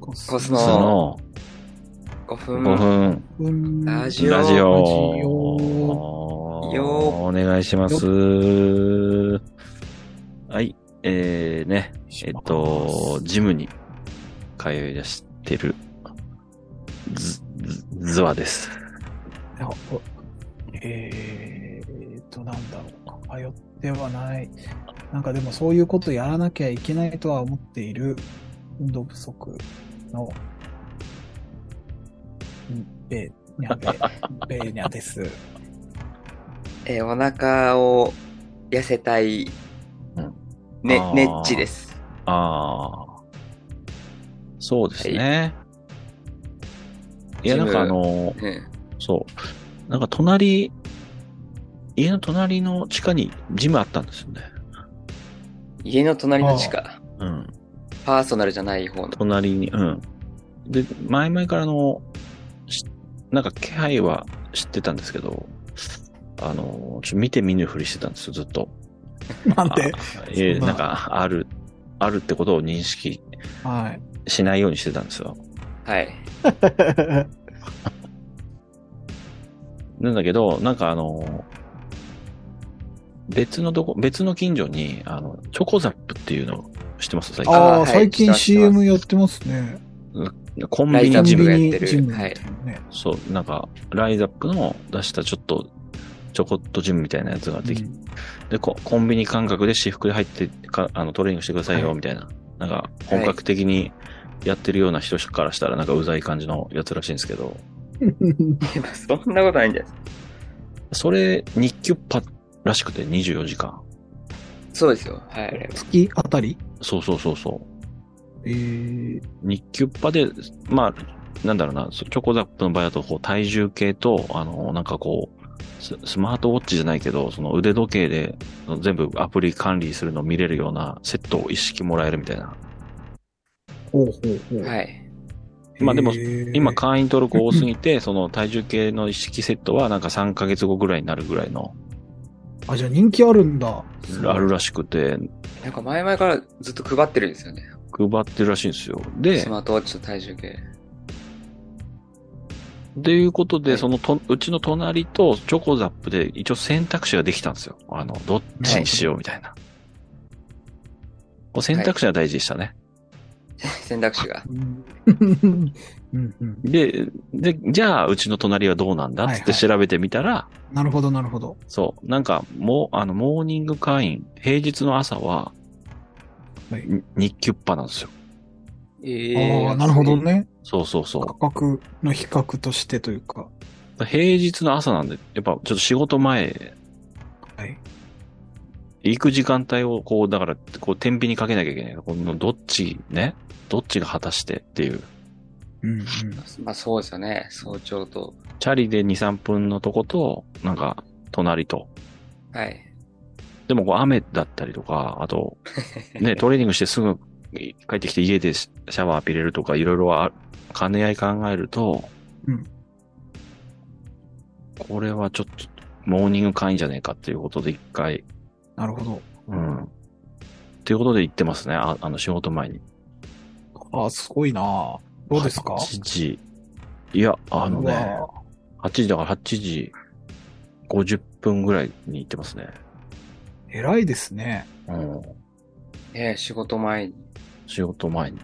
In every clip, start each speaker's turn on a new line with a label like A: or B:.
A: コス
B: 普通
A: の
B: の
A: 5分。
B: 5分
C: うん
A: ラジオ。
B: ラジ
C: ラジ
B: オ。
A: よ
B: お願いします。はい。えー、ね。えっと、ジムに通い出してる、ず、ず、ズワです。
C: あおえーっと、なんだろう。通ってはない。なんかでもそういうことやらなきゃいけないとは思っている運動不足の、んべ、にゃべ、べにゃです。
A: えーお腹を痩せたい、
B: うんあ
A: ね
B: ー、
A: ネッチです。
B: ああ。そうですね。い、や、
A: ジ
B: な
A: ム
B: んかあの、
A: うん。
B: そう。なんか隣、家の隣の地下にジムあったんですよね。
A: 家の隣の地下。
B: うん。
A: パーソナルじゃない方の。
B: 隣に、うん。で、前々からの、しなんか気配は知ってたんですけど、あの、ちょっと見て見ぬふりしてたんですよ、ずっと。
C: なんて。
B: あえ
C: そんな
B: なんか、ある、あるってことを認識
C: はい。
B: しないようにしてたんですよ。
A: はい。
B: なんだけど、なんかあの、別のとこ、別の近所に、あの、チョコザップっていうの知ってます最
C: あ
B: 近。
C: あ、
A: はい
C: 最近
A: 知ってます
C: CM やってますね。
B: コン
A: ラ
B: ビ
A: イ
B: ニ
A: ザ
B: ジ
A: ップ
B: ム。
A: がやってる
C: コンビニジム
A: はい
C: やってるね
B: そう、なんか、ライザップの出したちょっと、ちょこっとジムみたいなやつができて
C: うん
B: でコ、コンビニ感覚で私服で入ってか、あの、トレーニングしてください
C: は
B: よ、
C: い
B: みたいな。なんか、本格的にやってるような人からしたら、なんかうざい感じのやつらしいんですけど、
A: でも そんなことないんじゃないですか。
B: それ、日給パらしくて24時間。
A: そうですよ。はい。あれ
C: 月あたり
B: そうそうそうそう。
C: えー、
B: 日給パで、まあ、なんだろうな、そチョコザップの場合だと、こう、体重計と、あの、なんかこう、ススマートウォッチじゃないけど、その腕時計であの全部アプリ管理するの見れるようなセットを一式もらえるみたいな。
C: ほうほうほう。
A: はい。
B: まあでも
C: えー
B: 今、会員登録多すぎて、その体重計の一式セットはなんか3ヶ月後ぐらいになるぐらいの、
C: あ、じゃあ人気あるんだ。
B: あるらしくて、
A: なんか前々からずっと配ってるんですよね。
B: 配ってるらしいんですよ。で
A: ス、マートウォッチと体重計。
B: っていうこと
A: は
B: で、
A: い
B: そのと、うちの隣とチョコザップで一応選択肢ができたんですよ。あの、どっちにしようみたいな。こう選択肢が大事でしたね。
A: 選択肢が。
C: うん。うんうん
B: で、で、じゃあ、うちの隣はどうなんだっつって
C: はい
B: 調べてみたら、
C: なるほど、なるほど。
B: そう、なんか、もう、あの、モーニング会員、平日の朝は、
C: はい
B: に日給っぱなんですよ。
A: え
C: ああ、なるほど。ね。
B: そうそうそう。
C: 価格の比較としてというか。
B: 平日の朝なんで、やっぱちょっと仕事前、
C: はい。
B: 行く時間帯をこう、だから、こう、天秤にかけなきゃいけない。このどっちね、どっちが果たしてっていう。
C: うんうん。
A: まあそうですよね。早朝と。
B: チャリで2、3分のとこと、なんか、隣と。
A: はい。
B: でもこう、雨だったりとか、あと、 ね、トレーニングしてすぐ帰ってきて家でシャワー浴びれるとか、いろいろあ兼ね合い考えると、
C: うん
B: これはちょっと、モーニング会員じゃねえかっていうことで一回、
C: なるほど。
B: うん。ということで言ってますね。ああの、仕事前に。
C: ああ、すごいなあどうですか
B: ?8 時。いや、あのね、
C: うわ
B: 8時だから8時50分ぐらいに行ってますね。
C: 偉いですね。
B: うん。
A: えー仕事前に。
B: 仕事前に。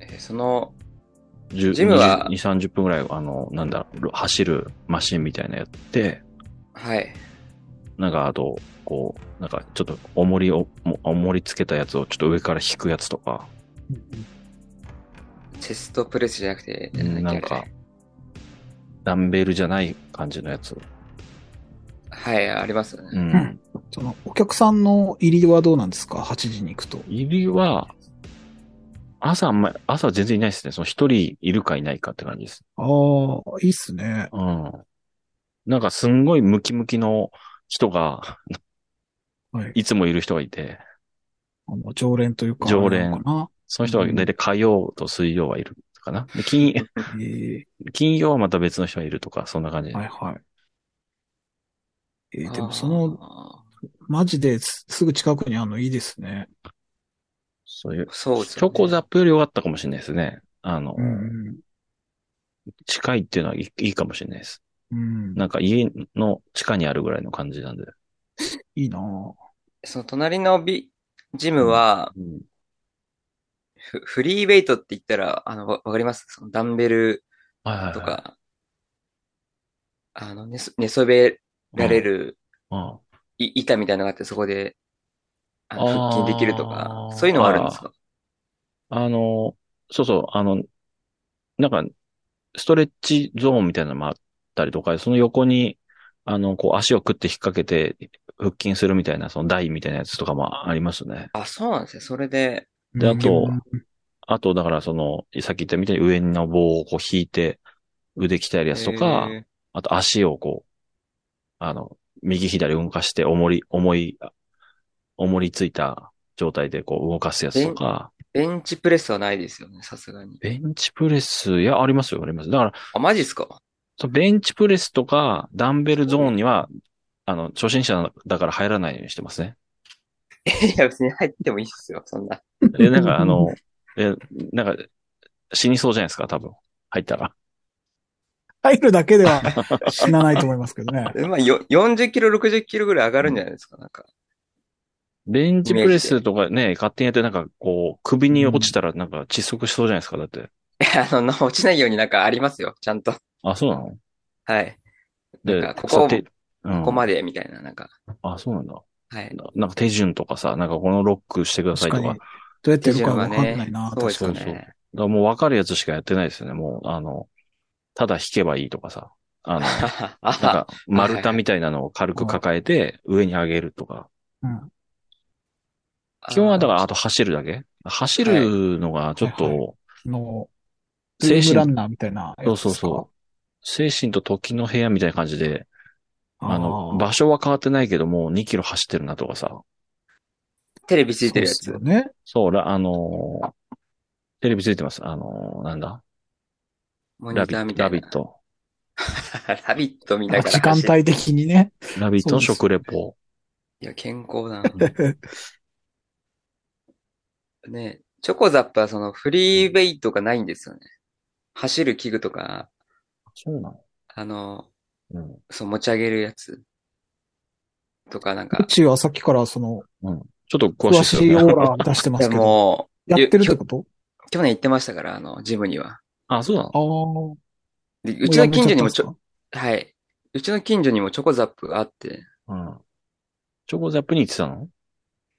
A: えーその、
B: ジ
A: ジムは
B: 2、30分ぐらい、あの、なんだ、走るマシンみたいなやって、
A: はい。
B: なんかあと、こう、なんかちょっと重りを、も重りつけたやつをちょっと上から引くやつとか、
A: チェストプレスじゃなくて、
B: うんなんか
A: あれ、
B: ダンベルじゃない感じのやつ。
A: はい、ありますよね。
B: う
C: うん んその、お客さんの入りはどうなんですか ?8 時に行くと。
B: 入りは、朝あんま、朝は全然いないですね。その一人いるかいないかって感じです。
C: ああ、いいっすね。
B: うん。なんかすんごいムキムキの人が、
C: はい。
B: いつもいる人がいて、
C: あの常連というか。
B: 常連
C: なのか
B: その人が大体火曜と水曜はいるかな。で 金、
C: な。え
B: 金曜はまた別の人がいるとか、そんな感じ
C: え
B: で。
C: はいはい。ええ
A: あー
C: でもその、、マジですすぐ近くにあるのいいですね。
B: そういう、
A: そうです
B: チ
A: よ
B: ョ
A: ね
B: コザップより良かったかもしれないですね。あの、
C: うん
B: 近いっていうのはいいいいかもしれないです。
C: うん。
B: なんか家の地下にあるぐらいの感じなんで。
C: いいなぁ
A: その隣のビ、ジムは、
B: うん
A: フフリーウェイトって言ったら、あの、わわかりますそのダンベル
B: はいはいはい。
A: とか、あの、寝そ寝そべられる
B: うん。あ
A: い板みたいなのがあって、そこで、あの
B: あー
A: 腹筋できるとか、そういうのはあるんですか
B: の、そうそう、あの、なんか、ストレッチゾーンみたいなのもあったりとか、その横に、あの、こう足をくって引っ掛けて腹筋するみたいな、その台みたいなやつとかもありますね。
A: あそうなんですね。それで、
B: であと
C: うん
B: あと、だからその、さっき言ったみたいに上の棒をこう引いて腕鍛えるやつとか、
A: えー
B: あと足をこう、あの、右左動かして重り、重い、重りついた状態でこう動かすやつとか、
A: ベンチプレスはないですよね、さすがに。
B: ベンチプレス、いや、ありますよ、あります。だから、
A: あ、マジっすか
B: そのベンチプレスとか、ダンベルゾーンには、あの、初心者だから入らないようにしてます ね。
A: いや、別に入ってもいいっすよ、そんな。
B: え、なんかあの、え、なんか、死にそうじゃないですか、多分。入ったら。
C: 入るだけでは死なないと思いますけどね。
A: まあ、よ40キロ、60キロぐらい上がるんじゃないですか、なんか。
B: ベンチプレスとかね、勝手にやってなんかこう、首に落ちたらなんか窒息しそうじゃないですか、だって。
A: いや あの、な落ちないようになんかありますよ、ちゃんと。
B: あ、そうなの
A: はい。
B: で、
A: なんかここ
B: そうてうん、
A: ここまで、みたいな、なんか。
B: あ、そうなんだ。
A: はい。
B: ななんか手順とかさ、なんかこのロックしてくださいとか。だか
C: 確かにどうやってやるかわかんないな
A: 手順がねそうです
B: そうそ
A: よ
B: う
A: ね。
B: らもう分かるやつしかやってないですよね。もう、あの、ただ弾けばいいとかさ。あの、なん
A: あは
B: か
A: は
B: 丸太みたいなのを軽く抱えて上に上げるとか。
C: うん
B: 基本はだからあと走るだけ。走るのがちょっ
C: はい
B: と、
C: の、
B: 精
C: ブームラン
B: 神、
C: ナーみたいな
B: そ
C: やつで
B: う
C: す
B: そ
C: か。
B: うそう。精神と時の部屋みたいな感じで、あの、
C: ー
B: 場所は変わってないけども、2キロ走ってるなとかさ。
A: テレビついてるやつ。
C: そうですよね。
B: そう、らあのーテレビついてます。あのーなんだ
A: モニ
B: ラビ
A: ターみ
B: ッ
A: た
B: ラ
A: い
B: ビ
A: な。
B: ッ。ト。
A: ラビット見ながら
C: 時間
A: 走る。
C: 帯的にね。
B: ラビットの食レポ。
A: いや、健康だ な。ねチョコザップはそのフリーウェイトがないんですよね。走る器具とか、
B: そうな
A: あの、
B: の
A: そう持ち上げるやつとかなん
C: う
A: か、
C: ちはさっきからその、
B: うん。うん。ちょっと詳しい
C: 詳
B: です
C: しい
B: よ
C: オ
B: ね。
C: ーラ出してま
A: です
C: けど、
A: も、
C: やってるってこと
A: 去年行ってましたから、あの、ジムには。
B: あ、そうなの
C: ああ。
A: で、うちの近所にもち
C: や
A: ょ
C: め、
A: はい。うちの近所にもチョコザップがあって、
B: うん。チョコザップに行ってたの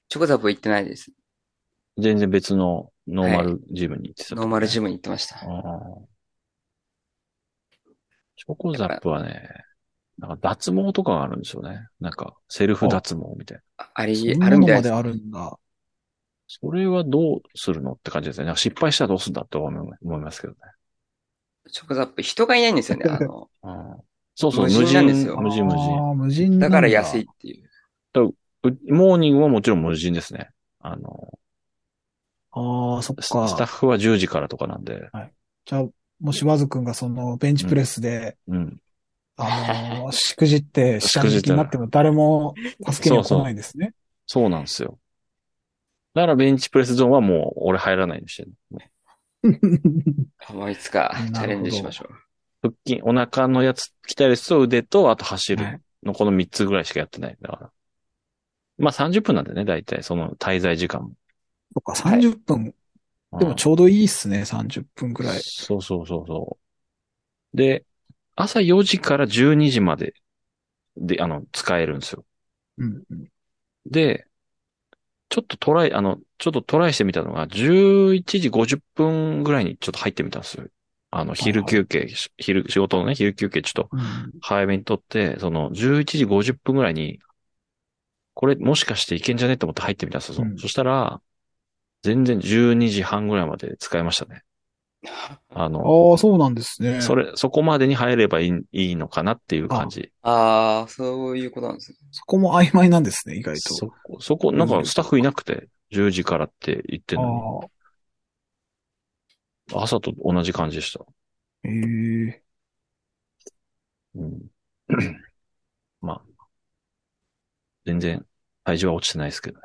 A: チョコザップは行ってないです。
B: 全然別のノーマルジムに行ってた、
A: ノーマルジ
B: ム。
A: ムに行ってました。
B: うんチョコザップはね、なんか脱毛とかがあるんですよね。なんか、セルフ脱毛みたいな。
A: ああ
C: ちゃ
A: り
C: ったんです、
A: あ
C: かそ
A: る
C: ん
A: みたいで。
C: なのまですあるんだ。
B: それはどうするのって感じですね。なんか失敗したらどうするんだって思い思いますけどね。
A: チョコザップ、人がいないんですよね。 あの、
B: うん。そうそう、
A: 無人
B: 無人
A: なんですよ
B: 無人無人。
C: あー無人なん
A: だから安いっていう。
B: うモーニングはもちろん無人ですね。あの、
C: ああ、そっ
B: ススタッ
C: か。
B: フは10時からとかなんで。
C: じゃあ、もしわずくんがそのベンチプレスで、
B: うん。
C: あのー、 しくじって下敷きになっても誰も助けには来ないんですね。
B: そうなんですよ。だからベンチプレスゾーンはもう俺入らないようにしてる。
A: あもういつか
C: なるほど
A: チャレンジしましょう。
B: 腹筋、お腹のやつ鍛えるやつと腕と、あと走
C: は
B: る
C: い
B: のこの3つぐらいしかやってない。だから。まあ30分なんでね、大体その滞在時間も。
C: そっか、30分。でもちょうどいいっすね、30分く
B: ぐ
C: らい。
B: そうそうそうそう。で、朝4時から12時まで、で、あの、使えるんですよ。
C: うんうん。
B: で、ちょっとトライ、あの、ちょっとトライしてみたのが、11時50分ぐらいにちょっと入ってみたんですよ。あの、昼休憩、し昼、仕事のね、昼休憩ちょっと
C: うん
B: 早めにとって、その、11時50分ぐらいに、これもしかしていけんじゃねと思って入ってみたんですよ。そ
C: うん
B: そしたら、全然12時半ぐらいまで使えましたね。あの、
C: ああ、そうなんですね。
B: それ、そこまでに入ればいいいいのかなっていう感じ。
A: ああ、そういうことなんですね。
C: そこも曖昧なんですね、意外と。
B: そこ、そこ、なんかスタッフいなくて、10時からって言ってんのに。
C: ああ、
B: 朝と同じ感じでした。
C: ええ
B: うん。まあ。全然、体重は落ちてないですけどね。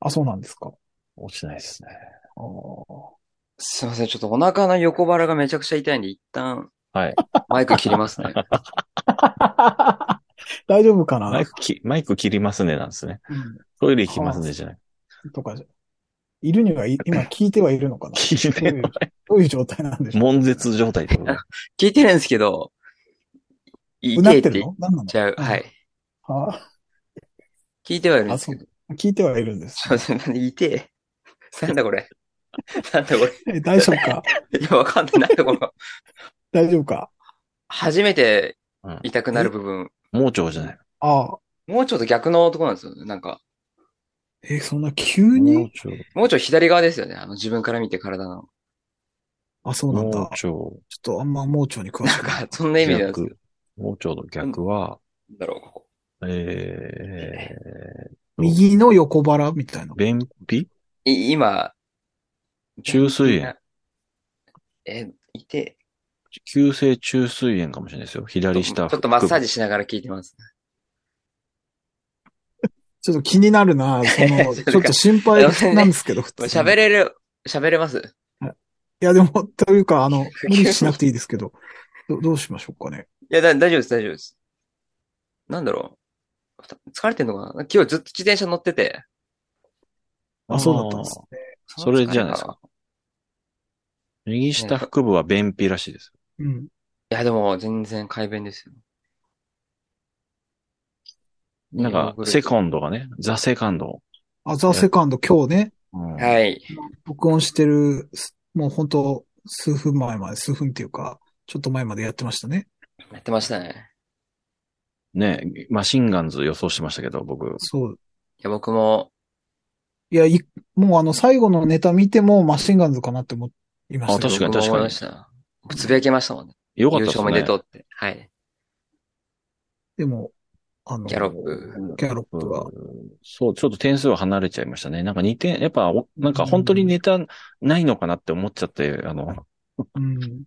C: あ、そうなんですか。
B: 落ちてないですね。
C: あー
A: すいません。ちょっとお腹の横腹がめちゃくちゃ痛いんで、一旦
B: はい。
A: マイク切ります ね。
C: 大丈夫かな
B: マイクき、マイク切りますねなんですね。
C: うん
B: トイレ行きますねじゃない。
C: とか、いるにはい、今聞いてはいるのかな
B: 聞い
C: どう
B: てな
C: いう
B: い、
C: どういう状態なんでしょう
B: 悶絶状態 ってことか。
A: 聞いてるんですけど、いう
C: なっ
A: け
C: て
A: って
C: る
A: 言っ
C: の何な
A: ちゃう。
C: うん
A: はい。
C: のあ
A: 聞いてはいるんですけど。
C: ー聞いてはいるんで す
A: ち。ょっと待って、痛え。なんだこれ。 なんだこ
C: え大丈夫か
A: れ。い や、わかんない。なんだこの。
C: 大丈夫か
A: 初めて
B: うん
A: 痛くなる部分。
B: 盲腸じゃない。
C: ああ、
A: もうちょっと逆のところなんですよね。なんか、
C: え、そんな急
B: 盲
C: に
B: 腸。
A: もうちょい左側ですよね。あの、自分から見て体の。
C: あ、そうなん
B: 盲
C: だ。
B: 腸。
C: ちょっとあんま盲腸に詳し
A: なん
C: くない。
A: か、そんな意味なんです
B: 逆。盲腸の逆は、
A: なんだろう、ここ。
B: え
C: 右の横腹みたい な
B: ー、。便秘
A: い、今、
B: 中水炎。
A: え、痛え。
B: 急性中水炎かもしれないですよ。左
A: ちょ
B: 下。
A: っとマッサージしながら聞いてます。
C: ちょっと気になるな、その、
A: それか
C: ちょっと心配なんですけど、普通に
A: 喋れる、喋れます
C: いや、でも、というか、あの、無理しなくていいですけど、どどうしましょうかね。
A: いや、だ、大丈夫です、大丈夫です。なんだろう。ふた疲れてんのかな今日ずっと自転車乗ってて。
C: あ、そうだったんですね。
B: それじゃないですか。右下腹部は便秘らしいです。
C: うん。
A: いや、でも、全然快便ですよ。
B: なん
A: ヨー
B: か
A: グ、ルト
B: セカンドがね、ザ・セカンド。
C: あ、ザ・セカンド、今日ね、
B: うん
A: はい。
C: 録音してる、すもう本当数分前まで、数分っていうか、ちょっと前までやってましたね。
A: やってましたね。
B: ね、マシンガンズ予想してましたけど、僕。
C: そう。
A: いや、僕も、
C: いや、いもうあの、最後のネタ見ても、マシンガンズかなって思いましたけど
B: あ確かに
A: 僕も思いました。僕つぶやきましたもんね。
B: よかった
A: 優
B: です
A: 勝おめで
B: ね。
A: とうって。はい。
C: でも、あの、
A: ギャロップ。
C: ギャロップは
B: そう、ちょっと点数は離れちゃいましたね。なんか2点、やっぱお、なんか本当にネタないのかなって思っちゃって、あ の、
C: うん。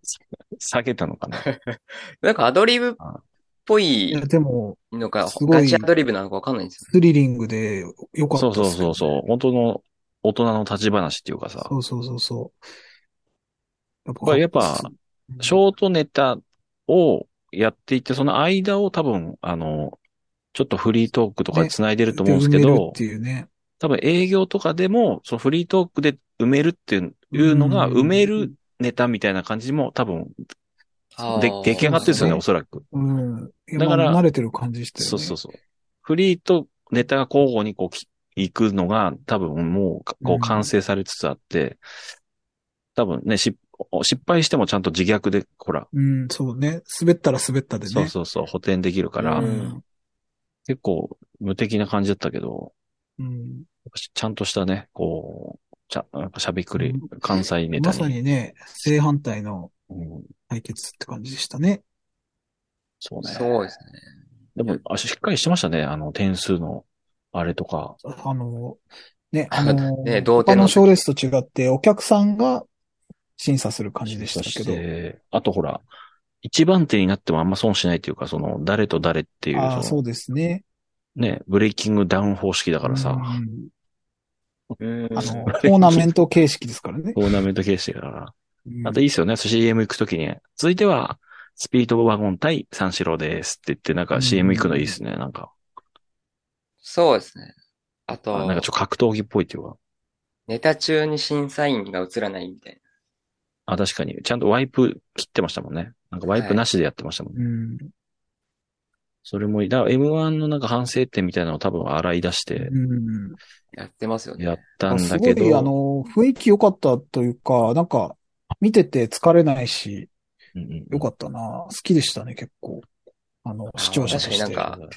B: 下げたのかな。
A: なんかアドリブっぽい
C: いや、でも、
A: のか
C: す、ごい
A: ガチアドリブなのかわかんないんですよ。
C: スリリングでよかった
B: そう
C: っす
B: そ
C: よ
B: う
C: ね
B: そうそう。本当の大人の立ち話っていうかさ、
C: そうそうそうそう。
B: これやっぱ
C: うん
B: ショートネタをやっていって、その間を多分、あの、ちょっとフリートークとかで繋いでると思うんですけ
C: 埋める
B: ど
C: っ、ていうね。
B: 多分営業とかでも、そのフリートークで埋めるっていうのが、
C: うん
B: 埋めるネタみたいな感じも多分で、出来上がってるんですよね、おそらく。
C: うん。
B: だ
C: だ
B: か
C: からら、慣れてる感じしてる、ね。
B: そうそうそう。フリーとネタが交互にこうき、行くのが多分もう、こ
C: う
B: うん完成されつつあって、多分ね、し、失敗してもちゃんと自虐で、ほら、
C: うん、そうね。滑ったら滑ったでね。
B: そうそうそう、補填できるから、
C: うん。
B: 結構無敵な感じだったけど、
C: うん
B: ちゃんとしたね、こう、ちゃ、なんかしゃべくり、関西ネタ
C: ま
B: に。
C: さにね、正反対の
B: うん
C: 対決って感じでしたね。
B: そうね。
A: そうですね。
B: でも、あしっかりしてましたね。あの、点数の、あれとか。
C: あの、ね、あの、
A: ね同点
C: 他
A: の
C: の賞レースと違って、お客さんが審査する感じでしたけ
B: そ
C: ど。
B: てあとほら、一番手になってもあんま損しないというか、その、誰と誰っていう、
C: ああ、
B: そ
C: そ
B: の
C: うですね。
B: ね、ブレイキングダウン方式だからさ、
C: うんあの、
B: ん
C: トーナメント形式ですからね。
B: トーナメント形式だから。
C: うん
B: あといいですよね、CM 行くときに。続いては、スピードワゴン対三四郎ですって言って、なん
C: う
B: か
C: ん
B: CM 行くのいいですね、なんか。
A: そうですね。あと、
B: あなんかちょっと格闘技っぽいっていうか。
A: ネタ中に審査員が映らないみたいな。
B: あ、確かに。ちゃんとワイプ切ってましたもんね。なんかワイプなしでやってましたもんね。
C: うん。
B: それもいい。だから M1 のなんか反省点みたいなのを多分洗い出して
C: うん。
A: やってますよね。
B: やったん
C: す
B: だ
C: ご
B: けど。
C: い、あの、雰囲気良かったというか、なんか、見てて疲れないし、
B: うんうん、
C: 良かったな。好きでしたね、結構。あの、視聴者として。
A: 確かになんか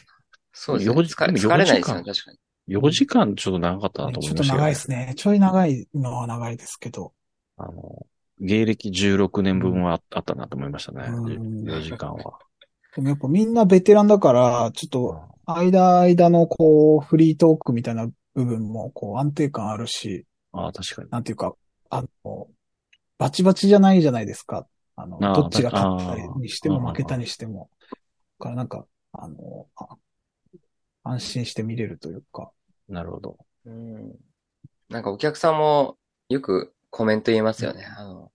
A: そうですね。
B: 4時
A: 疲れ疲れないですよね、
B: 4
A: 確かに。
B: 4時間ちょっと長かったなと思
C: ち
B: い
C: ょっ
B: ま
C: と
B: したけど
C: 長いですね。ちょい長いのは長いですけど。
B: あの、芸歴16年分はああったなと思いましたね。
C: うん
B: 4時間は。
C: でもやっぱみんなベテランだから、ちょっと、間間のこう、フリートークみたいな部分も、こう、安定感あるし、
B: ああ、確かに。
C: なんていうか、あの、バチバチじゃないじゃないですか。あの、
B: あー
C: どっちが勝ったりにしても
B: あー
C: 負けたにしても。だからなんか、あの、あ安心して見れるというか。
B: なるほど。
A: うん。なんかお客さんもよくコメント言いますよね。あの、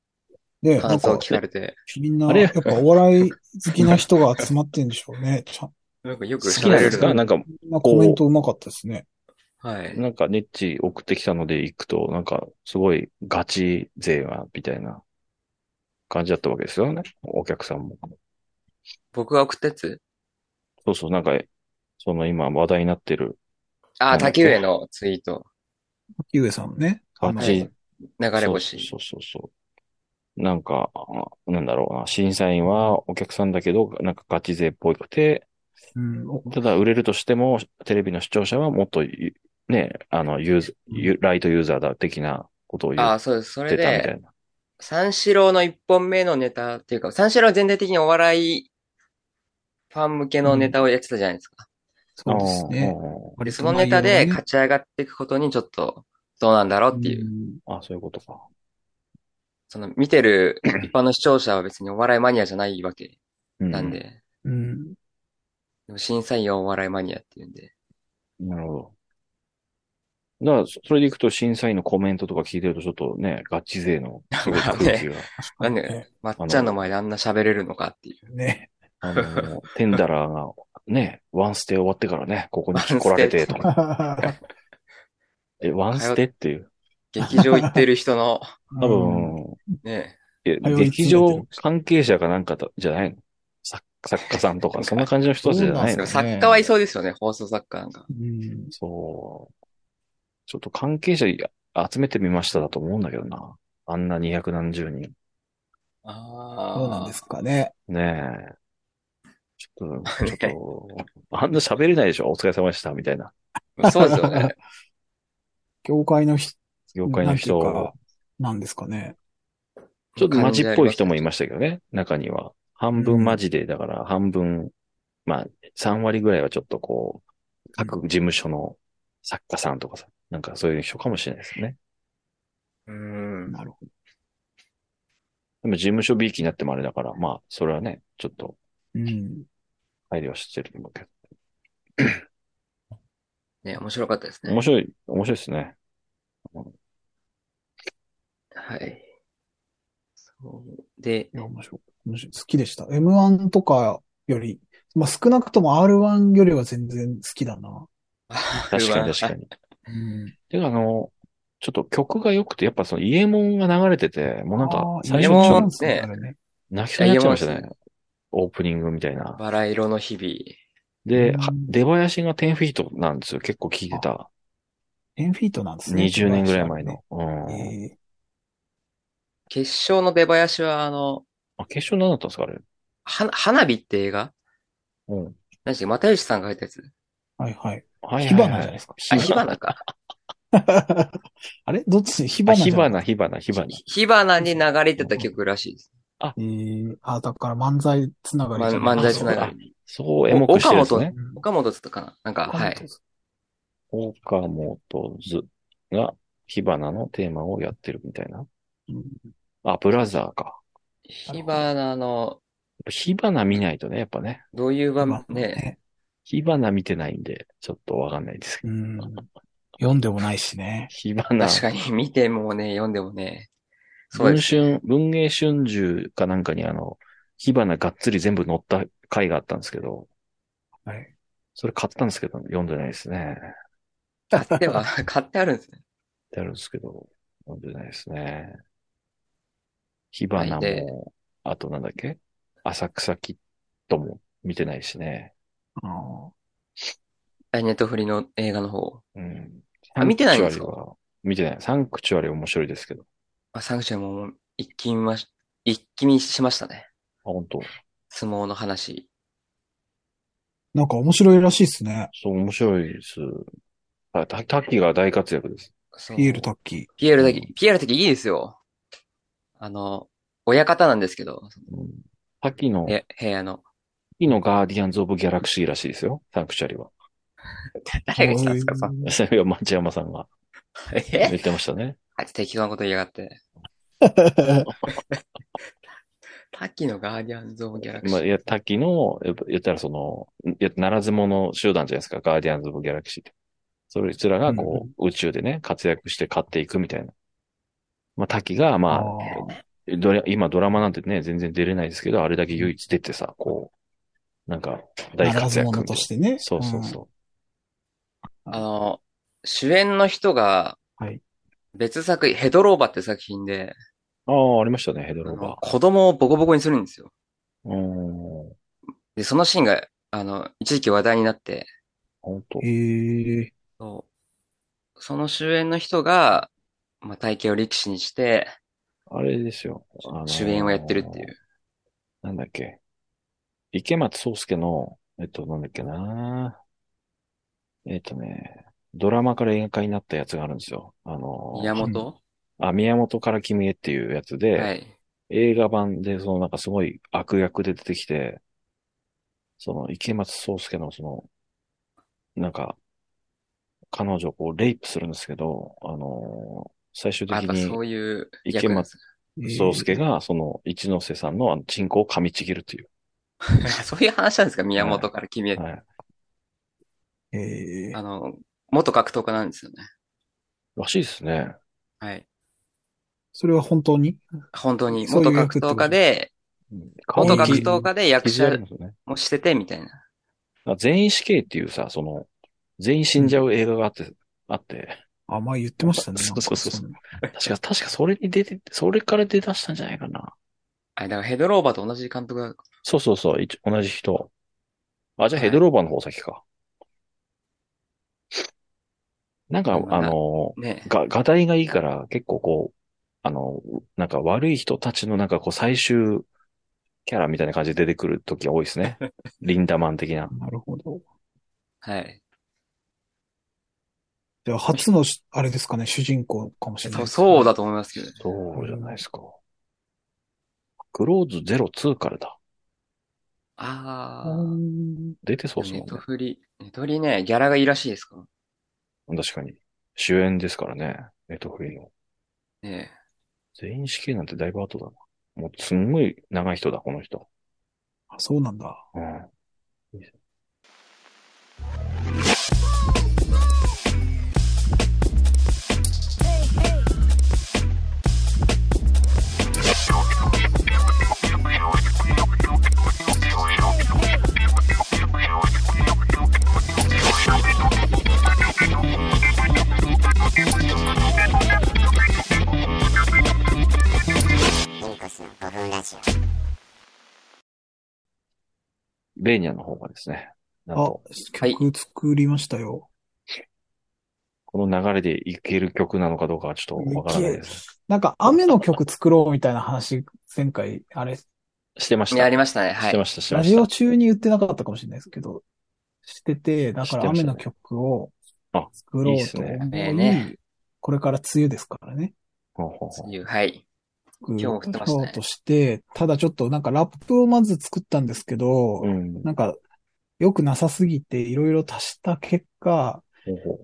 C: で、な
A: 感
C: ん
A: 想
C: か
A: を、聞かれて。
C: みんな、
B: あれ
C: やっぱお笑い好きな人が集まってんでしょ うね。ちゃん
A: なんかよく
B: 好
A: 喋
B: きなん
A: れ
B: です
A: る
B: かなんか、
C: みんなコメントうまかったですね。
A: はい。
B: なんかネッチ送ってきたので行くと、なんかすごいガチ勢が、みたいな感じだったわけですよね。お客さんも。
A: 僕が送ったやつ
B: そうそう、なんか、その今話題になってる
A: あ
B: な
A: あ、
B: んだっ
A: 竹
B: け
A: 上のツイート。
C: 秋上さんね。
B: ガ
C: の
B: チ、
A: 流れ星。
B: そうそうそうそう。なんか、あなんだろうな、審査員はお客さんだけど、なんかガチ勢っぽくて、
C: うん、お
B: ただ売れるとしても、テレビの視聴者はもっとゆ、ね、あの、ユーズ、ユライトユーザーだ的なことを言っ
A: ああ、そうです。それ
B: てたみた
A: で、
B: いな。
A: 三四郎の一本目のネタっていうか、三四郎は全体的にお笑いファン向けのネタをやってたじゃないですか。
C: そうですね。
B: あ
A: で
C: 割
A: そ
C: と
A: のネタ
C: 内容が
A: で
C: ね
A: 勝ち上がっていくことにちょっと、どうなんだろうっていう。
C: ん
B: ーあー、そういうことか。
A: その、見 てる一般の視聴者は別にお笑いマニアじゃないわけ
B: う
A: なん。で、
C: うん。
A: でも審査員はお笑いマニアっていうんで。
B: なるほど。だから、そそれでいくと審査員のコメントとか聞いてると、ちょっとね、ガチ勢のすごい空気が、
A: なんで
C: ね、
A: まっちゃんの前であんな喋れるのかっ ていう。
C: ね。
B: あの、テンダラーが、ね、ワンステ終わってからね、ここに来られて、とか、え、ワンステっていう。
A: 劇場行ってる人の、
B: 多
C: うん
B: 分、
A: ね、
B: え
C: 通い
B: 劇
C: 詰めて
B: 場
C: る
B: 関係者かなんかとじゃないの作作家さんとか、そんな感じの人たちじゃない
C: そう
B: の
C: なんです
A: 作家はいそうですよね、放送作家なんか。
C: うん
B: そう。ちょっと関係者集めてみましただと思うんだけどな。あんな二百何十人。
A: ああ。
C: そうなんですかね。
B: ねえ。ちょっと、ち ょっと、あんな喋れないでしょお疲れ様でした、みたいな。
A: そうですよ ね。
C: 業界の人、
B: 業界の人、
C: なんていうかなんですかね。
B: ちょっとマジっぽい人もいましたけどね、中には。半分マジで、だから半分、まあ、3割ぐらいはちょっとこう、各事務所の作家さんとかさ、なんかそういう人かもしれないですね。
A: うん。
C: なるほど。
B: でも事務所びいきになってもあれだから、まあ、それはね、ちょっと
C: うん。
B: 配慮はしてると思うけど。
A: ね、面白かったですね。
B: 面白い、面白いですね。
A: はい。そう。で
C: い、や、面白い。面白い。好きでした。M1 とかより、まあ、少なくとも R1 よりは全然好きだな。
B: 確 かに確かに。
C: うん。
B: てかあの、ちょっと曲が良くて、やっぱその、イエモンが流れてて、もうなんか、最
A: イエ
B: 初
A: モン
B: ち
A: は
B: ょっと
A: 初ね
C: あれね。
B: 泣きそうになっちゃいました
A: イエモ
B: ね。オープニングみたいな。
A: バラ色の日々。
B: で、
C: うん
B: は出囃子が10フィートなんですよ。結構聞いてた。
C: 10フィートなんですね。
B: 20年ぐらい前の。う
C: え
B: ん。
C: ー。
A: 決勝の出囃子は、あの、
B: あ、決勝何だったんですか、あれ。
A: は、花火って映画
B: うん。
A: 何でしたっけ又吉さんが入ったやつ。
C: はいはい。
B: はい
C: 火花じゃないです
B: か。
A: あ、火花か。
C: あれどっち火
B: あ
C: 花じ
B: 火
C: ゃ
B: 花、
C: ない
B: 火花、火花。
A: ひ火花に流れてた曲らしいです。
C: えー、あ、だから漫才つながりじゃ
A: ま
C: い。
A: 漫才つながり
B: り。そう、エモくしてるんですね。
C: うん
A: 岡本つったかななんか、はい。
B: 岡本図が火花のテーマをやってるみたいな。
C: うん
B: あ、ブラザーか。
A: 火花の、
B: 火花見ないとね、やっぱね。
A: どういう場面、
C: まあ
A: ね、
B: 火花見てないんで、ちょっとわかんないですけ
C: う
B: ど。
C: ん。読んでもないしね。
B: 火花。
A: 確かに見てもね、読んでもね。そう
B: 文
A: です。
B: 春、文芸春秋かなんかにあの、火花がっつり全部載った回があったんですけど、
C: はい。
B: それ買ったんですけど、読んでないですね。
A: 買って は、買ってあるんですね。
B: ってあるんですけど、読んでないですね。火花
A: はいで
B: も、あとなんだっけ浅草キッドも見てないしね。
C: あの
A: ダイネットフリの映画の方。
B: うん。
A: あ見てないんですか
B: サンクチュアリは見てない。サンクチュアリ面白いですけど。あ、
A: あ、サンクチュアリも一気見まし、一気見しましたね。
B: 本当
A: 相撲の話。
C: なんか面白いらしいですね。
B: そう、面白いです。あ、タタッキーが大活躍です。
A: そう
C: ピエールタッキー。
A: ピエールだけ、ピエールだけいいですよ。あの、親方なんですけど、
B: うん、タッキーの、タッ
A: え部屋の。
B: キーのガーディアンズ・オブ・ギャラクシーらしいですよ。サンクチュアリは。
A: 誰が来たんですか、さ。
B: いや、町山さんが言
A: え
B: ってましたね。
A: あいつ適当なこと言いやがって。タッキーのガーディアンズ・オブ・ギャラクシ
B: まあ、い
A: ー。
B: や、タッキーの、やっぱ言ったらその、いやならず者集団じゃないですか、ガーディアンズ・オブ・ギャラクシーって。そいつらがこう、宇宙でね、活躍して勝っていくみたいな。まあ、滝が、まあ、どれ今ドラマなんてね、全然出れないですけど、あれだけ唯一出てさ、こう、なんか、大
C: なら
B: 活
C: ず
B: 躍みたい
C: 者
B: な
C: としてね。
B: そうそうそ
A: あの、主演の人が
C: はい、
A: 別作、ヘドローバって作品で、
B: う。ああ、ありましたね、ヘドロー
A: あの
B: バ
A: 子供をボコボコにするんですよ。
B: ー。うん。
A: で、そのシーンが、あの、一時期話題になって、
B: 本当
C: ええ
A: そうその主演の人が、まあ、体型を力士にして、
B: あれですよ。あのー
A: 主演をやってるっていう。
B: なんだっけ。池松壮介の、えっと、なんだっけな。えっとね、ドラマから映画化になったやつがあるんですよ。あのー、
A: 宮本
B: あ、宮本から君へっていうやつで、
A: はい。
B: 映画版で、そのなんかすごい悪役で出てきて、その池松壮介のその、なんか、彼女をこうレイプするんですけど、あのー最終的
A: あやっぱそ
B: に
A: ういう
B: 池
A: 役なんで
B: 松
A: す
B: 壮介がその一ノ瀬さんのあのチンコを噛みちぎるという。
A: そういう話なんですか 宮本から君へ。
B: はい。
C: ええ
A: あの、元格闘家なんですよね。
B: らしいですね。
A: はい。
C: それは本当に
A: 本当に、
C: そうい
A: 元
C: う役
A: 格
C: ってこと
A: 闘家で、
C: 顔
A: 元
C: に
A: 格
C: き
A: 闘家で役
B: 傷あり
A: 者
B: ますよね。
A: もしてて、みたいな。
B: だから全員死刑っていうさ、その、全員死んじゃう映画があって、あって、
C: あ、まあ言ってましたね。
B: そうそうそう
C: なんか
B: 確か、確かそれに出て、それから出だしたんじゃないかな。
A: あれ、だからヘドローバーと同じ監督だ。
B: そうそうそう、一同じ人。あ、じゃあ
A: はい
B: ヘドローバーの方先か。なんか、
A: うん
B: あの、
A: ね。
B: が、画題がいいから、結構こう、あの、なんか悪い人たちのなんかこう最終キャラみたいな感じで出てくる時が多いですね。リンダマン的な。
C: なるほど。
A: はい。
C: では初のし、あれですかね、主人公かもしれ
A: そ
C: ないで
A: う、
C: す
A: そうだと思いますけどね。
B: そうじゃないですか。クローズ02からだ。
A: あ
C: う
A: ー。
C: ん
B: 出てそうです
A: ネ
B: もん
A: ト
B: ね。
A: フリ、ネトフリね、ギャラがいいらしいですか
B: 確かに。主演ですからね。ネットフリーの。
A: ねえ
B: 全員死刑なんてだいぶ後だな。もうすんごい長い人だ、この人。
C: あそうなんだ。
B: うん。
D: 文コスの5分ラジオ。
B: ベーニャの方がですね。なん
C: あ
B: と、、
C: 曲作りましたよ。
B: この流れでいける曲なのかどうかはちょっとわからないです。
C: なんか雨の曲作ろうみたいな話、前回、あれ、
B: してまし
A: ね。あ
B: た。
A: りましたね。
B: し
A: は
B: て
A: い。
B: ました、して
C: ラ
B: ま
C: ジ
B: し
C: オ中に言ってなかったかもしれないですけど、してて、だから雨の曲を
B: あ
C: 作ろうと
B: いいっ
A: ねええ
C: 思
A: ね
C: い、これから梅雨ですからね。
B: た。ほうほうほう
A: そういうはい。
C: 作
A: 今日降ってましたね
C: ろうとして、ただちょっとなんかラップをまず作ったんですけど
B: う、ん。
C: なんか良くなさすぎていろいろ足した結果、
B: ほうほ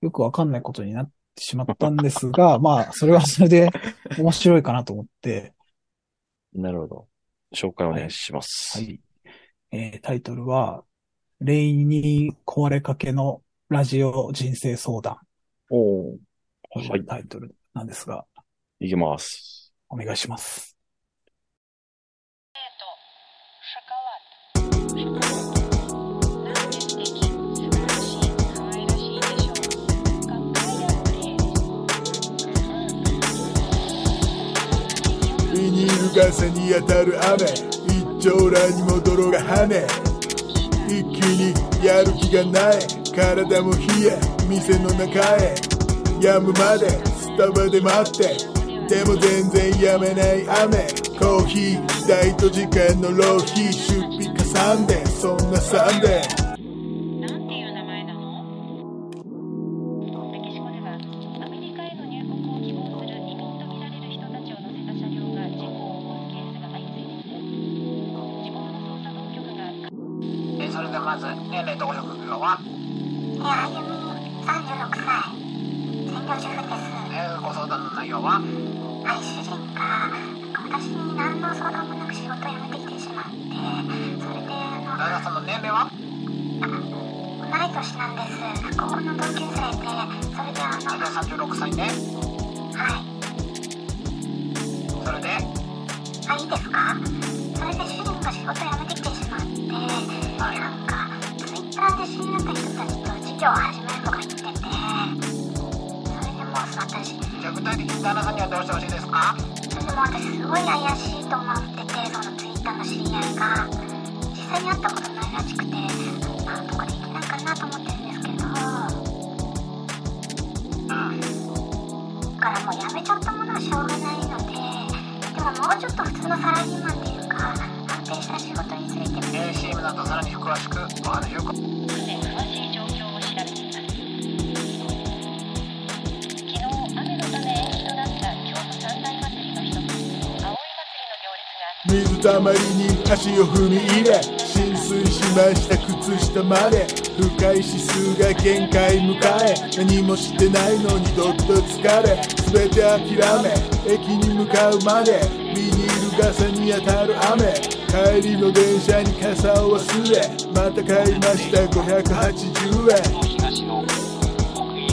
C: よくわかんないことになってしまったんですが、まあ、それはそれで面白いかなと思って、
B: うなるほど。紹介お願いします。
C: はい。えータイトルは、レイに壊れかけのラジオ人生相談
B: おー
C: とい
B: はいう
C: タイトルなんですが、
B: いきます。
C: お願いします。
E: шоколад. Наш детский, настоящий, настоящий дешевый. Какая прелесть!
F: ビニール傘に当たる雨一丁羅にも泥が跳ね一気にやる気がない体も冷え店の中へやむまでスタバで待ってでも全然やめない雨コーヒー代と時間の浪費出費かサンデーそんなサンデー
E: なんていう名前なのメキシコではアメリカへの入国を希望する移民とみられる人たちを乗せた車両が事故を起こすケースが相次いでいて地元の捜査当局が
G: えそれでまず年齢とご職業は
H: やゆみ36歳専業主婦です
G: えご相談の内容は
H: はい主人が今年に何の相談もなく仕事を辞めてきてしまってそれであの
G: えその年齢は
H: 同い年年なんです高校の同級生でそれであ
G: あなた
H: の
G: 36歳ね
H: はい
G: それで
H: あいいですかそれで主人が仕事辞めてきてしまってなんかツイッターで知り合った人たちと授業を始めるのが言っててそれでもう私
G: じゃあ具体的に旦那さんにはどうしてほしいですか
H: でも私すごい怪しいと思っててそのツイッターの知り合いが実際に会ったことないらしくてなんとかできないかなと思ってるんですけどだ
G: うん
H: からもうやめちゃったものはしょうがないのででももうちょっと普通のサラリーマンっていうか安定した仕事についても
G: ACM だとさらに詳しくお話を伺う
E: 詳しい状況を調べています昨日雨のため延期となった京都三大祭りの一つ葵祭りの行列が
F: 水たまりに足を踏み入れ浸水しました靴下まで深い指数が限界迎え何もしてないのにどっと疲れ全て諦め駅に向かうまでビニール傘に当たる雨帰りの電車に傘を忘れまた買いました580円
I: 東の北緯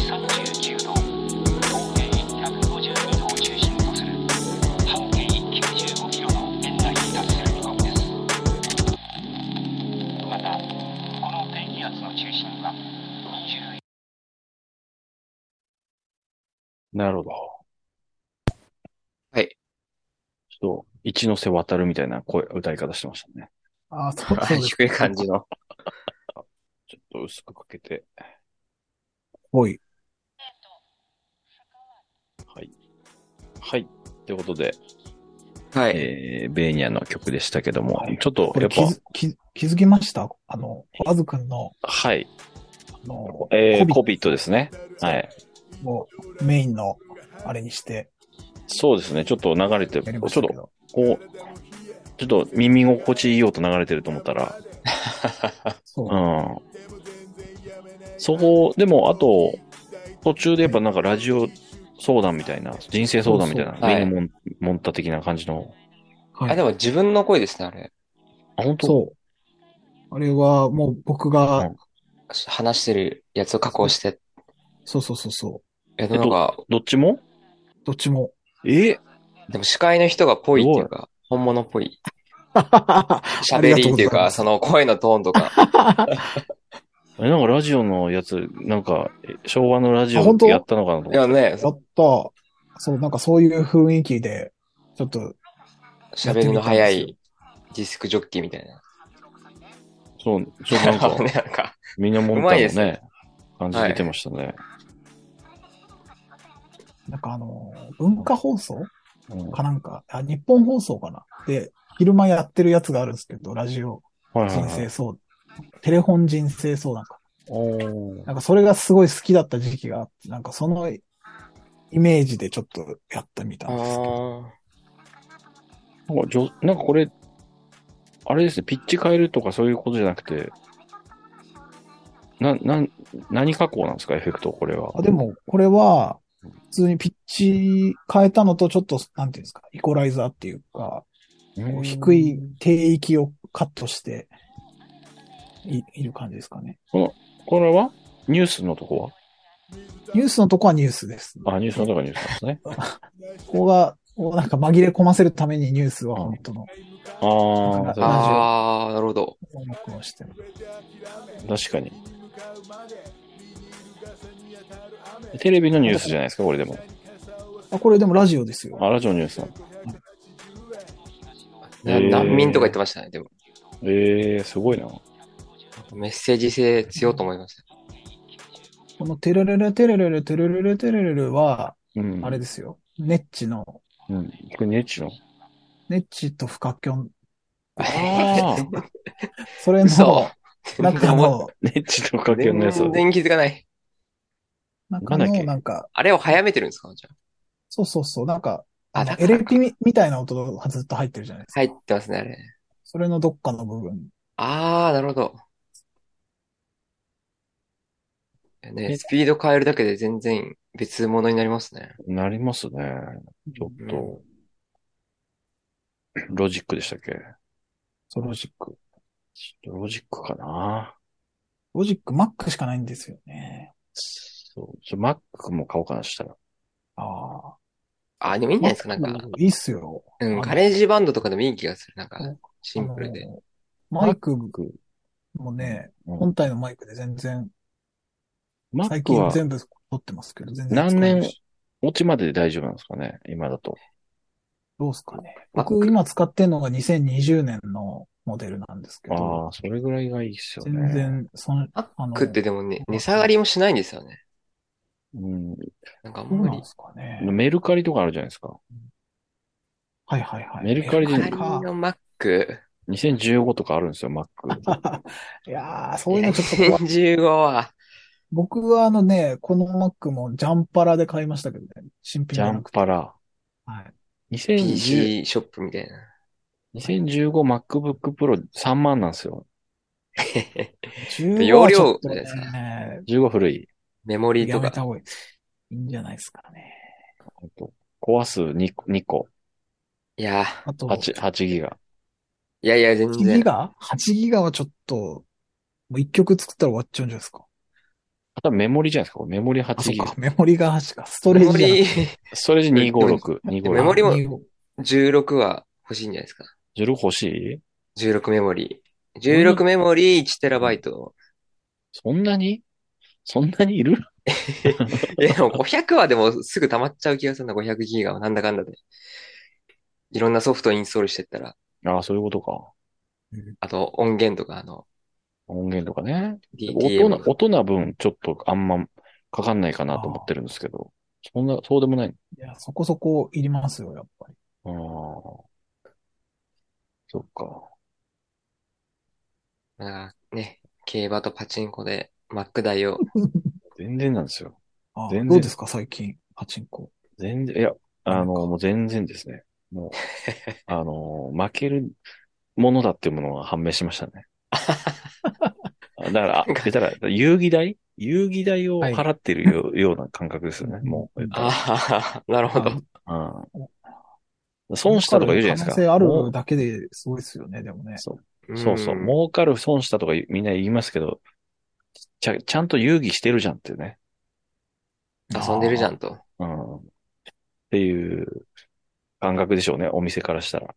I: 39度東経152度を中心とする半径95キロの圏内に達する見込みですまたこの低気圧の中心は21
B: なるほど。
A: はい。
B: ちょっと、一ノ瀬渡るみたいな声、歌い方してましたね。
C: ああ、そうそうです。
A: 低い感じの。
B: ちょっと薄くかけて。
C: おい。
B: はい。はい。ということで、
A: はい。
B: えー、ベーニャの曲でしたけども、ちょっと
C: こ、
B: や
C: れ
B: っ
C: 気づ気気づきましたあの、和ズくんの、
B: ぱ、はい。
C: あの、
B: えー、コ
C: コ
B: ビットですね。はい。
C: をメインの、あれにして
B: そうですね。ちょっと流れて、ち
C: やり
B: ょ
C: ま
B: っ
C: した
B: と
C: け、ど。
B: こう、ちょっと耳心地いい音流れてると思ったら、
C: そう。
B: うん。そこ、でも、あと、途中でやっぱなんかラジオ相談みたいな、人生相談みたいな、
A: そうはい
B: ベニモンモンタ的な感じの、
C: はい
A: あ、でも自分の声ですね、あれ。
B: あ、本当
C: そう。あれはもう僕が、
B: うん
A: 話してるやつを加工して。
C: そうそうそうそ
A: えっと、なんか、
B: どっちも
C: う。どっ ちも。
B: え
A: でも司会の人がぽいっていうか、本物っぽい。
C: あり
A: 喋
C: がと
A: り
C: う
A: ってい
C: ございうま
A: か、
C: す
A: その声のトーンとか。
B: えなんかラジオのやつ、なんか、え昭和のラジ
C: あ本
B: オ
C: 当
B: やったのかなと
A: い
B: 思っ
A: やね、
C: やった。そう、なんかそういう雰囲気で、ちょっと、
A: 喋りの早いディスクジョッキーみたいな。
B: て。そう、ちょっとなん か、
A: ね、 なんか、
B: ミニモン
A: うま
B: タ
A: いで
B: の
A: すね
B: ね、感じ出てましたね。
C: なんかあの、文化放送
B: うん
C: かなんか、あ、日本放送かな。で、昼間やってるやつがあるんですけど、ラジオ
B: はいはい
C: 人
B: はい
C: 生相談。テレフォン人生相談か。
B: おー
C: なんかそれがすごい好きだった時期があって、なんかそのイメージでちょっとやってみた
A: あ
C: んですけど。
A: ー
B: なんかじょ、なんかこれ、あれですね、ピッチ変えるとかそういうことじゃなくて、な、なん、何加工なんですか、エフェクト、これは。
C: あでも、これは、普通にピッチ変えたのとちょっと、なんていうんですか、イコライザーっていうか、こう低い低域をカットしていいる感じですかね。
B: これはニュースのとこ
C: ニュースのとこはニュースです。
B: はあ、ニュースのとこはニュースなんで すね。
C: ここが、こうなんか紛れ込ませるためにニュースは本当の
B: あ
C: ラジオ
B: あ、
A: あー、なるほど。
C: 音楽をしてる。
B: 確かに。テレビのニュースじゃないですか、これでも。
C: あ、これでもラジオですよ。
B: あ、ラジオのニュースなんだ。
A: な
B: へー
A: 難民とか言ってましたね、でも。
B: ええー、すごいな。
A: メッセージ性強いと思いました。
C: このテレレレテレレレテレレレテレレレは、
B: うん。
C: あれですよ。ネッチの、
B: うん。これネッチの
C: ネッチとフカキョン。
B: ああ、
C: それ
A: 嘘
C: の、中の、
B: ネッチとかけのやつだ
A: 全。然気づかない。
C: 中
B: なんだっ
C: の、
B: け
C: なんか、
A: あれを早めてるんですかじゃ
C: そうそうそう、なんか、
A: あ。
C: あ
A: あ、
C: の
A: だか
C: エ
A: ら
C: レピみみたいな音がずっと入ってるじゃないですか。
A: 入ってますね、あれ。
C: それのどっかの部分。
A: あー、なるほど。ね、スピード変えるだけで全然別物になりますね。
B: なりますね。ちょっと。ロジックでしたっけ
C: そう、ロジック。
B: ちょっとロジックかな。
C: ロジック Mac しかないんですよね。
B: そう。ちょ、Mac も買おうかな、したら。
C: あ
A: あ、でもいいん
C: あ。
A: じゃないですか、なんか。
C: Mac いいっすよ。
A: うん、
C: あ
A: カレージバンドとかでもいい気がする。なんか
C: うん、
A: シンプルで
C: あ。の。マイク
B: Mac
C: もね、
B: うん
C: 本体のマイクで全然、最
B: Mac
C: 近
B: は
C: 全部撮ってますけど、全然
B: 何年
C: 使えるし
B: 落ちまでで大丈夫なんですかね、今だと。
C: どうですかね。
A: Mac
C: 僕今使ってるのが2020年のモデルなんですけ
B: あ
C: ど
B: あ、、それぐらいがいいっすよ
C: 全
B: ね。
C: 然、その、あの、
A: 食ってでもね、値下がりもしないんですよね。
B: うん。
A: なんかあん
C: どう
A: ま
C: なん
A: り
C: で。すかね。
B: メルカリとかあるじゃないですか。
C: はいはいはい。
B: メルカリで
A: カ
B: メ
A: リ
B: ル
A: のマック。
B: 2015とかあるんですよ、Mac。
C: いやー、
A: い
C: そういう
A: や
C: のちょっと怖い。
A: 2015は。
C: 僕はあのね、この Mac もジャンパラで買いましたけどね。新品
B: ジ
C: じ
B: ャ
C: ゃな
B: ン
C: くて。
B: パラ。
C: はい。
B: 2010
A: PC ショップみたいな。
B: 2015 MacBook Pro3 万なんですよ。
C: 15はちょっと
A: 容量じゃ
C: ね、
B: 15古い。
A: メモリー
C: や
A: と
C: めた
A: か。
C: 方がいい。いいんじゃないですかね。
B: あと壊す 2, 2個。
A: いや、
C: あと、
B: 8、8ギガ。
A: いやいや、全
C: 8ギ
A: 然。
C: ガ ?8 ギガはちょっと、もう1曲作ったら終わっちゃうんじゃないですか。
B: あとはメモリじゃないですか。これメモリ
C: あ、
B: 8
C: そっ
B: ギガ
C: か。。メモリが8か。ストレ
A: メ
C: ー
A: モ
C: ジじゃなくて
A: リー
B: ストレージ256。
A: でメモ
B: 256。
A: リも
C: も。
A: 16は欲しいんじゃないですか。
B: 16欲しい
A: 16メモリー。16メモリー 1TB。
B: そんなにそんなにいる
A: いやでも500はでもすぐ溜まっちゃう気がするな、500ギガはなんだかんだで。いろんなソフトインストールしてったら、
B: ああ、そういうことか。
A: あと音源とか、あの、
B: 音源とかね。音
A: DTM
B: な、音な分、ちょっとあんまかかんないかなと思ってるんですけど。そんな、そうでもない。
C: いや、そこそこいりますよ、やっぱり。
B: ああ。そっか。
A: なんかね、競馬とパチンコで Mac 代を。
B: 全然なんですよ。
C: あ
B: 全然
C: どうですか、最近、パチンコ。
B: 全然、いや、あの、
C: なんか
B: もう全然ですね。 もう、あの、負けるものだっていうものが判明しました ね。だから、あ
A: なんか
B: 言ったら、遊戯代遊戯代を払ってる よ,、ような感覚ですよね。もう、
A: ああ、 なるほど。
B: うん。損したとか言うじゃないですか。
C: 可能性あ
B: も
C: る
B: う
C: だけですごいですよね、でもね。
B: そう
A: うん
B: そうそう。儲かる損したとか言うみんな言いますけど、ちゃ、ちゃんと遊戯してるじゃんっていうね。
A: 遊んでるじゃんと。
B: うん。っていう感覚でしょうね。お店からしたら。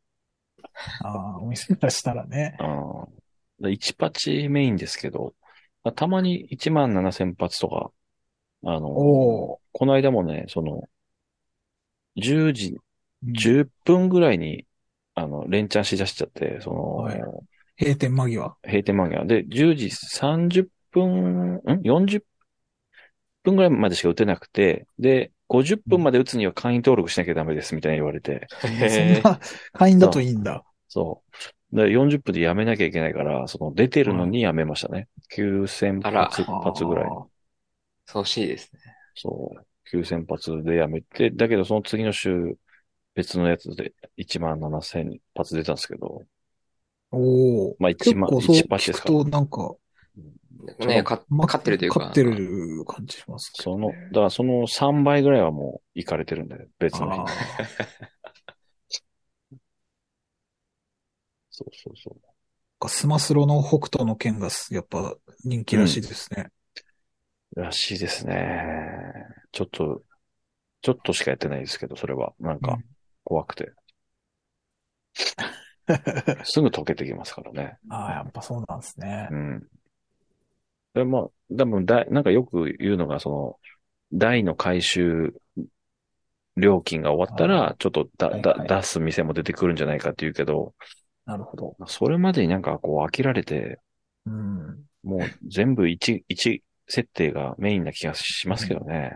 C: ああ、お店からしたらね。
B: うん。1パチメインですけど、たまに1万7000発とか、あの、
C: お
B: この間もね、その、10時、10分ぐらいに、あの、連チャンしだしちゃって、その、
C: はい閉店間際。
B: 閉店間際。で、10時30分、ん ?40 分ぐらいまでしか打てなくて、で、50分まで打つには会員登録しなきゃダメです、みたいに言われて。
A: へー
C: そんな会員だといいんだ。
B: そう。で、40分でやめなきゃいけないから、その出てるのにやめましたね。9000
A: あら
B: 発、発ぐらい
C: あ。あ
A: そうしいですね。
B: そう。9000発でやめて、だけどその次の週、別のやつで1万7000発出たんですけど、
C: おお。
B: まあ1
C: 結
B: 万、
C: 構そう
B: 1パチで
C: 聞
B: す
C: く
B: から。
C: と、なんか、
A: ね、か
C: ま
A: 勝ってるというか。
C: 勝ってる感じしますけ
B: その
C: どね、
B: だからその3倍ぐらいはもう行かれてるんで、別の日
C: あ
B: に。
C: あ
B: そうそうそう。
C: スマスロの北斗の剣がすやっぱ人気らしいですね。
B: らしいですね。ちょっと、ちょっとしかやってないですけど、それは。なん
C: う
B: か
C: ん、
B: 怖くて。すぐ溶けてきますからね。
C: ああ、やっぱそうなんですね
B: う。ん。でまあ、多分だ、なんかよく言うのが、その、台の回収料金が終わったら、ちょっとだ、
C: はい
B: だ、
C: はい
B: 出す店も出てくるんじゃないかって言うけど、
C: なるほど。
B: それまでになんかこう飽きられて、
C: うん。
B: もう全部一、 一設定がメインな気がしますけどね。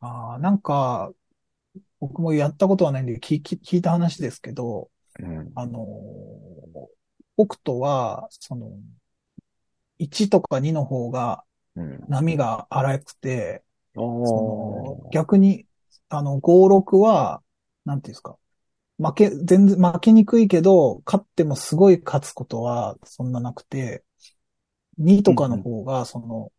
C: ああ、なんか、僕もやったことはないんで聞き、聞いた話ですけど、
B: うん。
C: あのー北斗は、その、1とか2の方が
B: うん。
C: 波が荒くて、そ
B: お
C: の
B: ー
C: 逆に、あの、5、6は、なんていうんですか、負け、全然、負けにくいけど、勝ってもすごい勝つことはそんななくて、2とかの方が、その、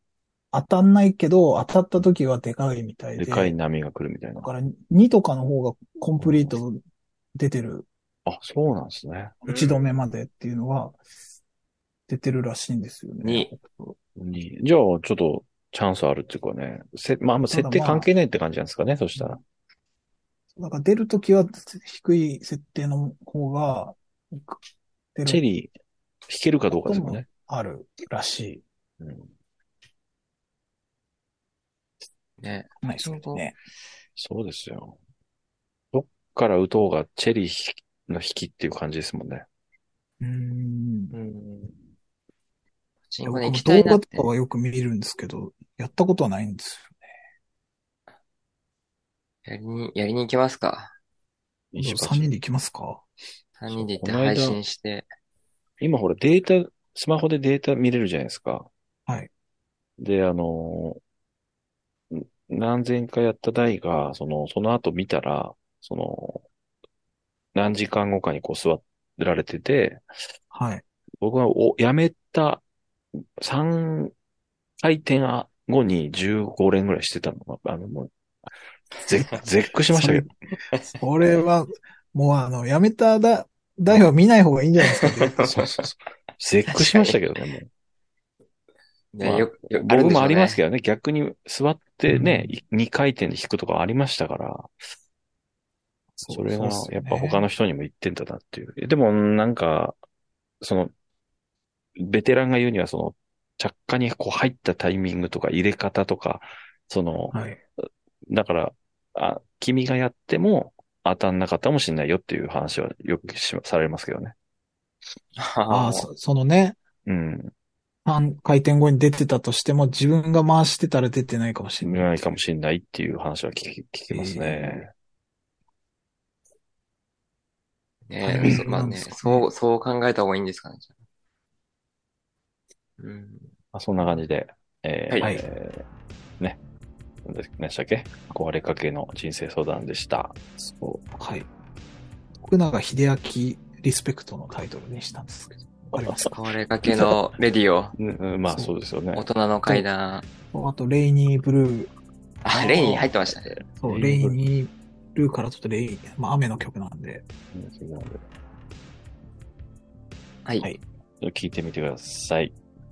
C: 当たんないけど、当たった時はでかいみたい
B: で
C: で、
B: かい波が来るみたいな
C: だ。から2とかの方がコンプリート出てる、
B: あ、そうなんですね。
C: 打ち止めまでっていうのは、出てるらしいんですよね。
A: に、
B: にじゃあ、ちょっと、チャンスあるっていうかね。せ、まあ、あんま設定関係ないって感じなんですかね、そしたら。
C: なんか出るときは低い設定の方が、出
B: チェ
C: る
B: リー、弾けるかどうかですもんね。
C: あるらし
B: うん
A: ね。
C: い。ないですけどね。
B: そうですよ。どっから打とうがチェリーの引きっていう感じですもんね。
C: うーん。
A: うん。パチンコ
C: 僕
A: ね、
C: も
A: 行きた
C: 動
A: いな
C: 画
A: っ
C: と
A: て
C: か。はよく見るんですけど、やったことはないんです
A: やりに、やりに行きますか。
C: よ。
B: 石橋
C: 3人で行きますか
A: 3人で
B: そう
A: 行っ
B: こ
A: て
B: の間
A: 配信して。
B: 今ほらデータ、スマホでデータ見れるじゃないですか。
C: はい。
B: で、あのー、ん何千回やった台が、その、その後見たら、その、何時間後かにこう座られてて、
C: はい。
B: 僕はお、やめた3回転後に15連ぐらいしてたのが、あの、もう、ぜ、 絶句しましたけど。
C: これは、もうあの、やめただ、台は見ない方がいいんじゃないですかね。
B: そうそうそう。絶句しましたけどね、もう。ま
A: ね、
B: あ
A: よく、よく
B: 僕 もありますけ
A: け
B: どね、逆に座ってね、2回転で引くとかありましたから、それはやっぱ他
C: の。
B: の人にも言ってんだなっていう。でもなんか、その、ベテランが言うにはその、着火にこう入ったタイミングとか入れ方とか、その、
C: はい。
B: だから、あ、君がやっても当たんなかったかもしれないよっていう話はよくしされますけどね。
C: あ
A: あ
C: あ、そそのね、
B: うん。
C: 半回転後に出てたとしても、自分が回してたら出てないかもしれない。
B: ないかもしれないっていう話は聞き、聞きますね。
C: タイ
A: ね
C: ミン
A: そ
C: グ
A: まあ
C: なんで
A: ね、
C: すかね
A: そう、そう考えた方がいいんですかね。じゃあうん。
B: まあ、そんな感じで、えー
A: はい
B: えーね、何でしたっけ壊れかけの人生相談でした。
C: そう。はい。福永秀明リスペクトのタイトルにしたんですけど、わかりますか
A: 壊れかけのレディオ、
B: うんうんまあ、
C: そ
B: そうですよね
A: 大。人の階段。
C: あと、レイニーブルー。
A: あ、レイン入ってましたね。
C: そう、
B: レ
C: レ
B: イニ
C: イ
B: ーブルー
C: ニーブルーからちょっとレイ、まあ、雨の曲なんで、
A: はい。
C: はい
B: 聞いてみてください。